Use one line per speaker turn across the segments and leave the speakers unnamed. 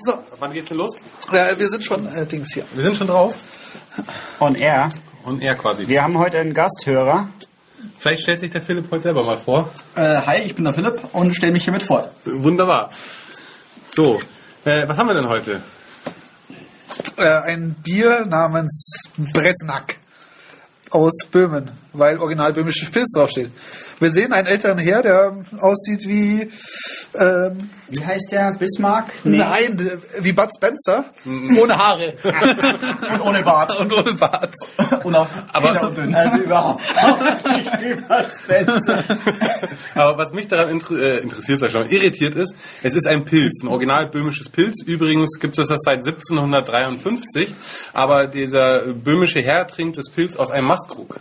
So,
Wann geht's denn los?
äh, wir sind schon äh, Dings hier.
Wir sind schon drauf.
On Air.
Und er quasi.
Wir haben heute einen Gasthörer.
Vielleicht stellt sich der Philipp heute selber mal vor.
Äh, hi, ich bin der Philipp und stelle mich hiermit vor.
Wunderbar. So, äh, was haben wir denn heute?
Äh, ein Bier namens Bretnack aus Böhmen, weil original böhmische Pilz draufsteht. Wir sehen einen älteren Herr, der aussieht wie, ähm,
Wie heißt der? Bismarck?
nein, wie Bud Spencer, ohne Haare und ohne Bart. Und ohne Bart.
Und auch aber, und dünn.
Also überhaupt nicht über Spencer.
Aber was mich daran inter äh, interessiert, sag ich schon, irritiert ist, es ist ein Pilz, ein original böhmisches Pilz. Übrigens gibt es das seit 1753, aber dieser böhmische Herr trinkt das Pilz aus einem Maskrug.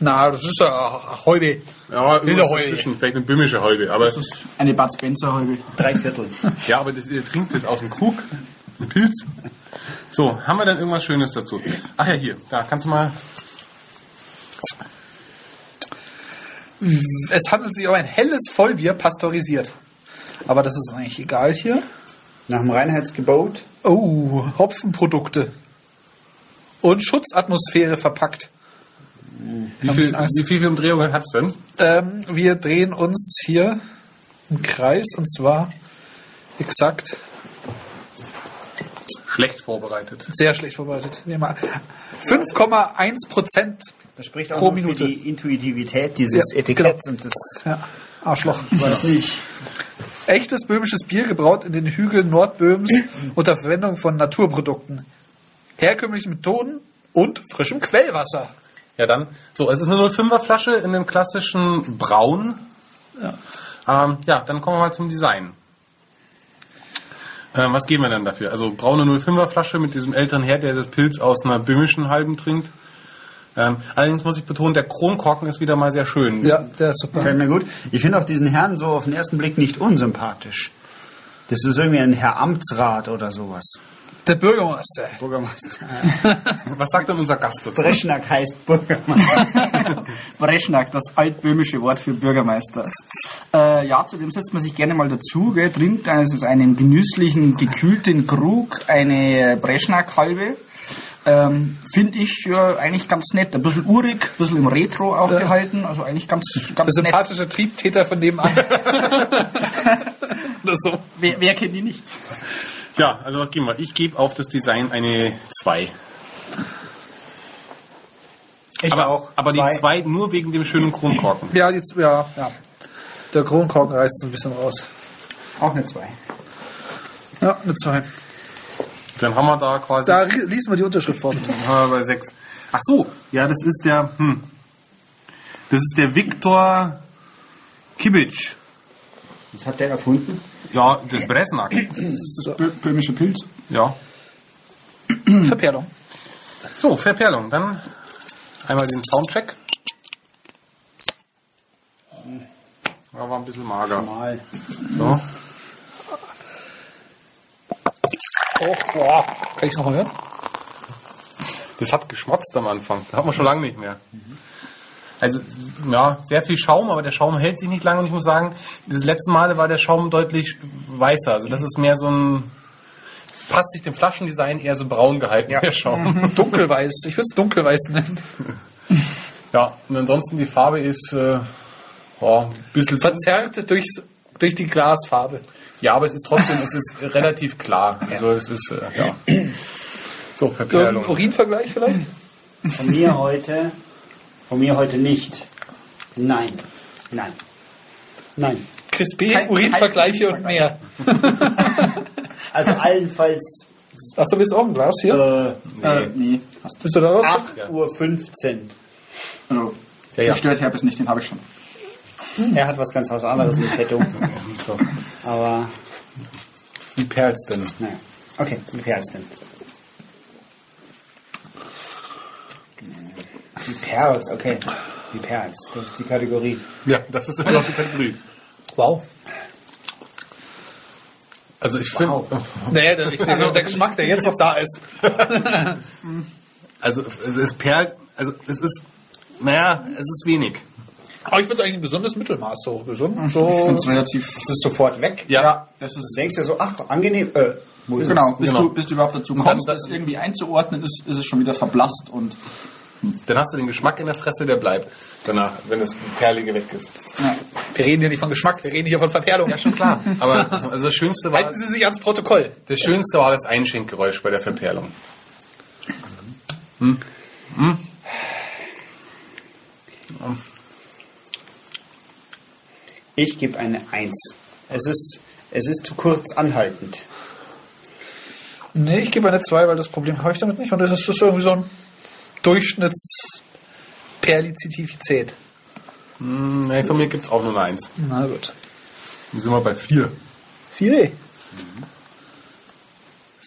Na, das ist ja heute.
Ja, irgendwas
Heule.
dazwischen, vielleicht eine böhmische Heube, aber
Das ist eine Bud Spencer heute.
Drei Viertel.
ja, aber das, ihr trinkt das aus dem Krug, ein Pilz. So, haben wir denn irgendwas Schönes dazu? Ach ja, hier, da kannst du mal
Es handelt sich um ein helles Vollbier, pasteurisiert. Aber das ist eigentlich egal hier.
Nach dem Reinheitsgebot.
Oh, Hopfenprodukte. Und Schutzatmosphäre verpackt.
Wie
Hab
viel,
bisschen Angst.
wie viel Umdrehungen hat's denn?
Ähm, wir drehen uns hier im Kreis und zwar exakt
Schlecht vorbereitet.
sehr schlecht vorbereitet. Nehmen wir mal 5,1 Prozent.
Das spricht auch
Pro
nur
Minute.
für die Intuitivität dieses
Ja,
Etiketts
genau.
und des
Ja, Arschloch.
weiß nicht.
Echtes böhmisches Bier gebraut in den Hügeln Nordböhmens unter Verwendung von Naturprodukten, herkömmlichen Methoden und frischem Quellwasser.
Ja, dann. So, es ist eine 05er Flasche in dem klassischen Braun. Ja, ähm, ja dann kommen wir mal zum Design. Ähm, was geben wir denn dafür? Also braune 05er Flasche mit diesem älteren Herr, der das Pilz aus einer böhmischen Halben trinkt. Ähm, allerdings muss ich betonen, der Chromkorken ist wieder mal sehr schön.
Ja, der ist super.
Gefällt mir gut. Ich finde auch diesen Herrn so auf den ersten Blick nicht unsympathisch. Das ist irgendwie ein Herr Amtsrat oder sowas.
Der Bürgermeister.
Bürgermeister.
Was sagt denn unser Gast dazu?
Breschnack heißt Bürgermeister.
Breschnack, das altböhmische Wort für Bürgermeister. Äh, ja, zudem setzt man sich gerne mal dazu, gell, trinkt aus einem genüsslichen, gekühlten Krug eine Breschnack-Halbe. Ähm, Finde ich ja eigentlich ganz nett. Ein bisschen urig, ein bisschen im Retro auch gehalten. Also eigentlich ganz,
Der
ganz nett.
sympathische Triebtäter von nebenan. Oder so.
Wer, wer kennt die nicht?
Ja, also was geben wir? Ich gebe auf das Design eine 2.
Ich
aber
auch.
aber
Zwei.
die 2 nur wegen dem schönen Chromkorken.
Ja, jetzt, ja, ja. Der Kronkorken reißt so ein bisschen raus.
Auch eine zwei.
Ja, eine 2.
Dann haben wir da quasi
Ah,
Da ri- liest man die Unterschrift vor.
Ah, bei sechs. Ach so, ja, das ist der, hm, das ist der Viktor Kibic.
Das hat der erfunden.
Ja, des Bresnak.
Das bö böhmische Pilz.
Ja.
Hm.
Verperlung.
So, Verperlung. Dann einmal den Soundcheck. Ja, war ein bisschen mager.
Mal.
So.
Oh, boah. Kann ich's noch mal hören?
Das hat geschmotzt am Anfang. Das hat man schon lange nicht mehr. Also, ja, sehr viel Schaum, aber der Schaum hält sich nicht lange und ich muss sagen, das letzte Male war der Schaum deutlich weißer. Also, das ist mehr so ein, passt sich dem Flaschendesign eher so braun gehalten, der Schaum.
Dunkelweiß. Ich würde es dunkelweiß nennen.
Ja, und ansonsten die Farbe ist, äh, ja, ein bisschen,
Verzerrt durchs, durch die Glasfarbe.
ja, aber es ist trotzdem, es ist relativ klar. Also, es ist, äh, ja. So,
Irgendein
Verperlung.
Urinvergleich vielleicht?
Hm.
Von mir heute. Von mir heute nicht. Nein. Nein. Nein.
Crispy,
Kein-
Urinvergleiche
kein
und mehr.
Also allenfalls
Achso, willst du auch ein Glas
äh,
hier?
Äh, nee, hast
Bist du da drauf?
8.15 Uhr. 15.
Also,
Ja, ja.
gestört Herpes nicht, den habe ich schon.
Er hat was ganz was anderes im Petto.
So.
Aber,
Wie perlt's denn?
naja. Okay, wie perlst denn? Die Perls, okay. Die Perls, das ist die Kategorie.
Ja, das ist immer noch die Kategorie.
Wow.
Also, ich finde,
Nee, der, richtige-
Also,
der Geschmack, der jetzt noch da ist.
Also es ist perlt, also es ist, naja, es ist wenig.
Aber ich finde es eigentlich ein gesundes Mittelmaß, so
Hm.
gesund.
Ich
So,
finde es relativ.
Es ist sofort weg.
Ja.
das
Du
ist.
denkst ja so, ach, angenehm. Äh, wo ist
Genau, bis,
Genau.
Du, bis du überhaupt dazu
dann-
kommst, das irgendwie einzuordnen, ist, ist es schon wieder verblasst und
Dann hast du den Geschmack in der Fresse, der bleibt danach, wenn das Perlige weg ist.
ja,
wir reden hier nicht von Geschmack, wir reden hier von Verperlung.
Ja, schon klar. Aber also das Schönste war,
Halten Sie sich ans Protokoll.
das Schönste war das Einschenkgeräusch bei der Verperlung.
Ich gebe eine Eins. Es ist, es ist zu kurz anhaltend.
Nee, ich gebe eine 2, weil das Problem habe ich damit nicht. Und es ist irgendwie so ein Durchschnittsperlizität.
Hm, nee, von mir gibt's auch nur eine Eins.
Na gut.
Dann sind wir bei vier.
4D.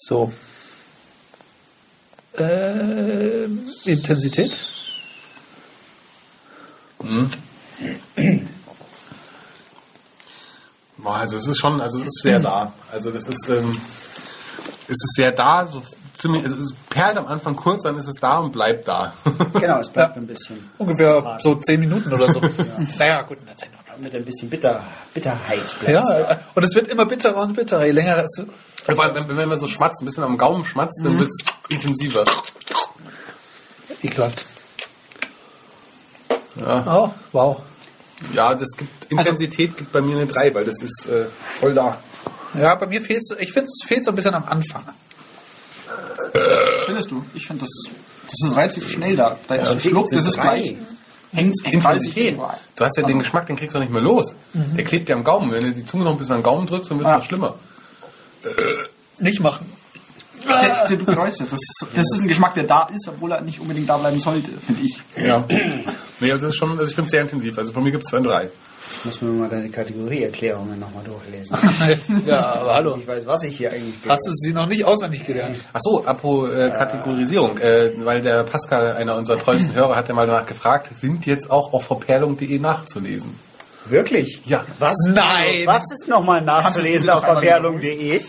So. Ähm, Intensität?
Hm. Boah, also es ist schon, also es ist sehr da. Also das ist, ähm, es ist sehr da, so ziemlich, also es perlt am Anfang kurz, dann ist es da und bleibt da.
Genau, es bleibt ein bisschen.
Ungefähr so 10 Minuten oder so. Naja, gut, in der Zeit noch.
Mit ein bisschen Bitter, Bitterheit bleibt es da.
Ja, und es wird immer bitterer und bitterer, je länger es.
Vor allem, wenn, wenn man so schmatzt, ein bisschen am Gaumen schmatzt, dann wird's intensiver.
Ekelhaft.
Ja,
Oh, wow.
ja das gibt, Intensität gibt bei mir eine drei, weil das ist äh, voll da.
Ja, bei mir fehlt es, ich finde, es fehlt so ein bisschen am Anfang.
findest du? Ich finde das, das ist relativ schnell da. Da ist ein
die
Schluck,
sind
das ist
drei.
gleich. Hängt
Intensität. Du hast ja den Geschmack, den kriegst du nicht mehr los. Der klebt ja am Gaumen. Wenn du die Zunge noch ein bisschen am Gaumen drückst, dann wird's
Ah.
noch schlimmer.
Nicht machen.
Der, der, du bereust es. Das, das ist ein Geschmack, der da ist, obwohl er nicht unbedingt da bleiben sollte, finde ich.
Ja. nee, also das ist schon, also ich finde sehr intensiv. Also von mir gibt's dann drei.
Muss mir mal deine Kategorieerklärungen nochmal durchlesen.
ja, aber hallo.
Ich weiß, was ich hier eigentlich
Hast du sie noch nicht auswendig gelernt?
Ach so, apropos äh, Kategorisierung, äh, weil der Pascal, einer unserer treuesten Hörer, hat ja mal danach gefragt, sind jetzt auch auf verperlung.de nachzulesen?
Wirklich?
Ja.
Was? Also,
Nein.
Was ist nochmal nachzulesen auf verwehrlung.de?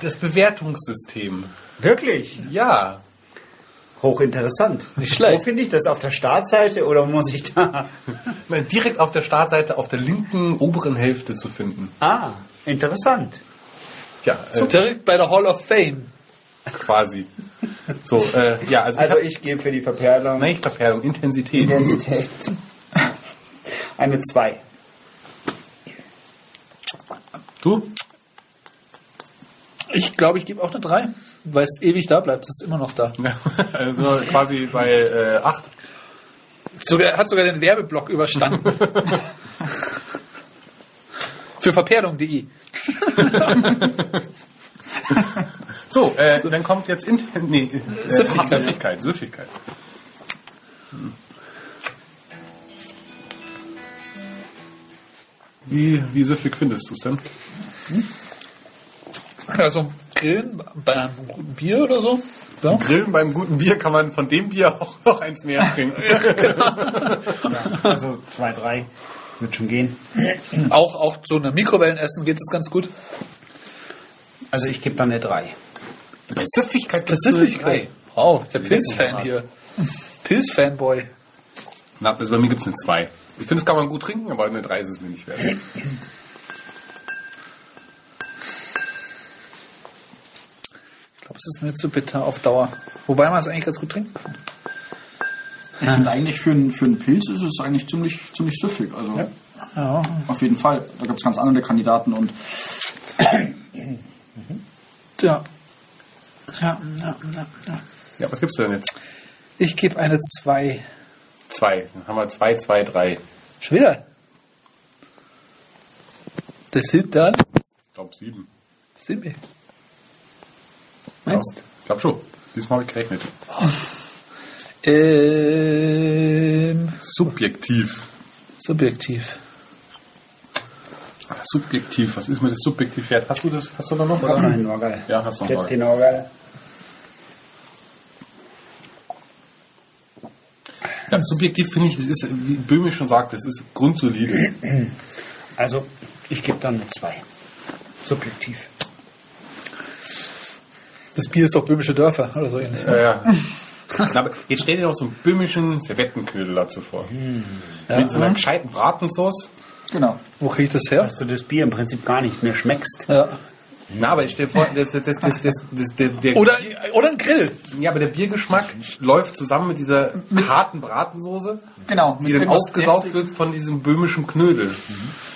Das Bewertungssystem.
Wirklich?
Ja.
Hochinteressant.
Nicht schlecht.
Wo finde ich das? Auf der Startseite oder muss ich da?
Nein, Direkt auf der Startseite auf der linken oberen Hälfte zu finden.
Ah, interessant.
Ja,
So
äh,
direkt bei der Hall of Fame.
quasi. So, äh, ja, also,
Also
ich ne,
ich gebe für die Verperlung
hab, nein, nicht Verperlung, Intensität.
Intensität eine 2.
Du?
Ich glaube, ich gebe auch eine 3, weil es ewig da bleibt. Es ist immer noch da.
Ja, also quasi bei äh, acht.
Sogar, hat sogar den Werbeblock überstanden. Für verperlung.de.
So, äh, dann kommt jetzt Inten- nee, äh,
Süffigkeit.
Süffigkeit. Süffigkeit. Wie, wie süffig findest du es denn?
Also Grillen bei einem guten Bier oder so. Ja.
Grillen beim guten Bier kann man von dem Bier auch noch eins mehr trinken.
Also 2, 3 wird schon gehen.
Auch, auch so eine Mikrowellenessen geht es ganz gut.
Also ich gebe dann eine 3.
Bei Süffigkeit
Persönlichkeit. Wow, der Pilzfan hier. Pilzfanboy.
Na, also bei mir gibt es eine 2. Ich finde, das kann man gut trinken, aber eine 3 ist es mir nicht wert.
Ich glaube, es ist mir zu bitter auf Dauer. Wobei man es eigentlich ganz gut trinken kann.
Ich finde eigentlich für einen, für einen Pilz ist es eigentlich ziemlich, ziemlich süffig. Also
Ja.
auf jeden Fall. Da gibt es ganz andere Kandidaten und
Ja. Ja, ja, ja, ja.
Ja, was gibst du denn jetzt?
Ich gebe eine 2.
2. Dann haben wir 2, 2, 3.
Schon wieder. Das sind dann
Ich glaube 7.
Simmel. Meinst
Ich glaube schon. Diesmal habe ich gerechnet.
du? Ähm,
Subjektiv.
subjektiv.
Subjektiv, was ist mir das subjektiv wert? Hast du das, hast du da noch?
Hab noch einen Orgel.
Ja, hast du
Ich
noch
hab
einen.
den Orgel.
Ja, subjektiv finde ich, das ist, wie Böhme schon sagt, das ist grundsolide.
Also ich gebe dann eine 2. Subjektiv.
Das Bier ist doch böhmische Dörfer oder so ähnlich.
ja, ja. Na, aber jetzt stell dir doch so einen böhmischen Servettenknödel dazu vor. Mit so einer gescheiten Bratensauce.
Genau.
Wo kriege ich das her?
Dass du das Bier im Prinzip gar nicht mehr schmeckst.
Ja.
Na, aber ich stell dir vor, das, das, das, das, das, das, der, der,
Oder, oder ein Grill.
ja, aber der Biergeschmack läuft zusammen mit dieser harten Bratensoße,
Genau.
die dann aufgesaugt wird von diesem böhmischen Knödel.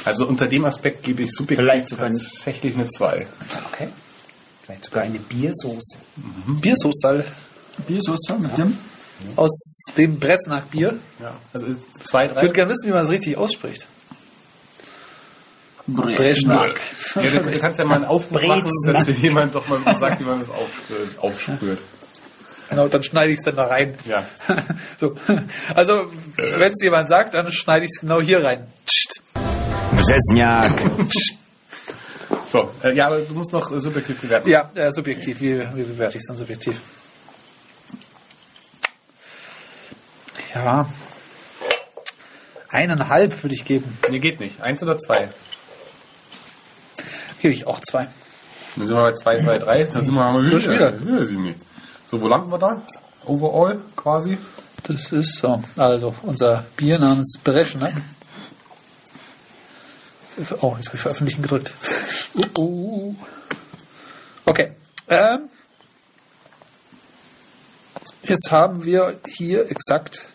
Also unter dem Aspekt gebe ich subjektiv
Vielleicht sogar nicht.
tatsächlich eine 2.
Okay. Vielleicht sogar eine Biersoße.
Biersoße
Biersoße mit dem.
aus dem Bretznack-Bier.
Ja. Also 2,
Ich würde
3.
gerne wissen, wie man es richtig ausspricht.
Breschnack. Ja, du, du kannst ja mal einen Aufruf machen, dass
Breznack.
dir jemand doch mal sagt, wie man das aufspürt. aufspürt.
Genau, dann schneide ich es dann da rein.
Ja.
So. Also, wenn es jemand sagt, dann schneide ich es genau hier rein. Psst.
Brzezniak.
So, äh, ja, aber du musst noch äh, subjektiv bewerten.
Ja, äh, subjektiv. Wie, wie bewerte ich es dann subjektiv? Ja. Eineinhalb würde ich geben.
Nee, geht nicht. Eins oder zwei?
Gebe ich auch zwei.
Dann sind wir bei zwei, zwei, drei. Dann sind wir haben wir
Schon wieder.
Ja, sieh mich. So, wo landen wir da? Overall quasi.
Das ist so. Also, unser Bier namens Breschnack. Oh, jetzt habe ich veröffentlichen gedrückt. Uh, uh, uh. Okay. Ähm, jetzt haben wir hier exakt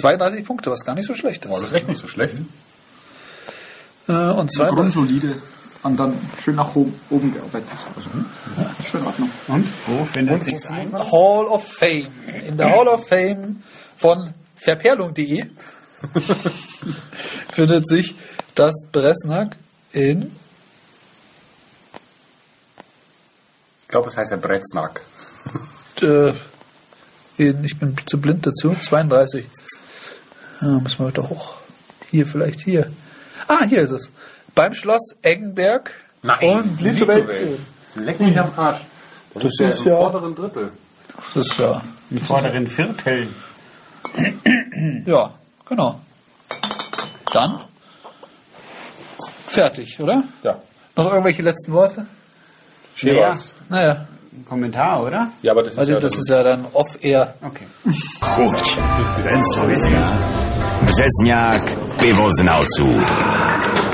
32 Punkte, was gar nicht so schlecht
Boah, das
ist.
ist echt nicht so schlecht.
Äh, und zwei
Grundsolide. Und dann schön nach oben, oben gearbeitet. Also, schön Ordnung.
Und? Wo findet sich ein?
Hall of Fame. In der Hall of Fame von verperlung.de findet sich das Bresnack in
Ich glaube, es heißt ja Breznack.
äh, in, ich bin zu blind dazu, 32. Ja, müssen wir weiter hoch. Hier, vielleicht hier. Ah, hier ist es. Beim Schloss Eggenberg
Nein,
und Litowel.
Leck mich am Arsch. Das, ist ja
ist
im
ja-
vorderen Drittel.
Das ist ja,
Im vorderen Viertel.
ja, genau. Dann fertig, oder?
Ja.
Noch irgendwelche letzten Worte?
Schäbers.
Naja,
Kommentar, oder?
Ja, aber das ist
also
ja...
das ist ja dann off-air.
Okay.
Chuť. Benzovizňák. Březňák. Pivo z Nalců.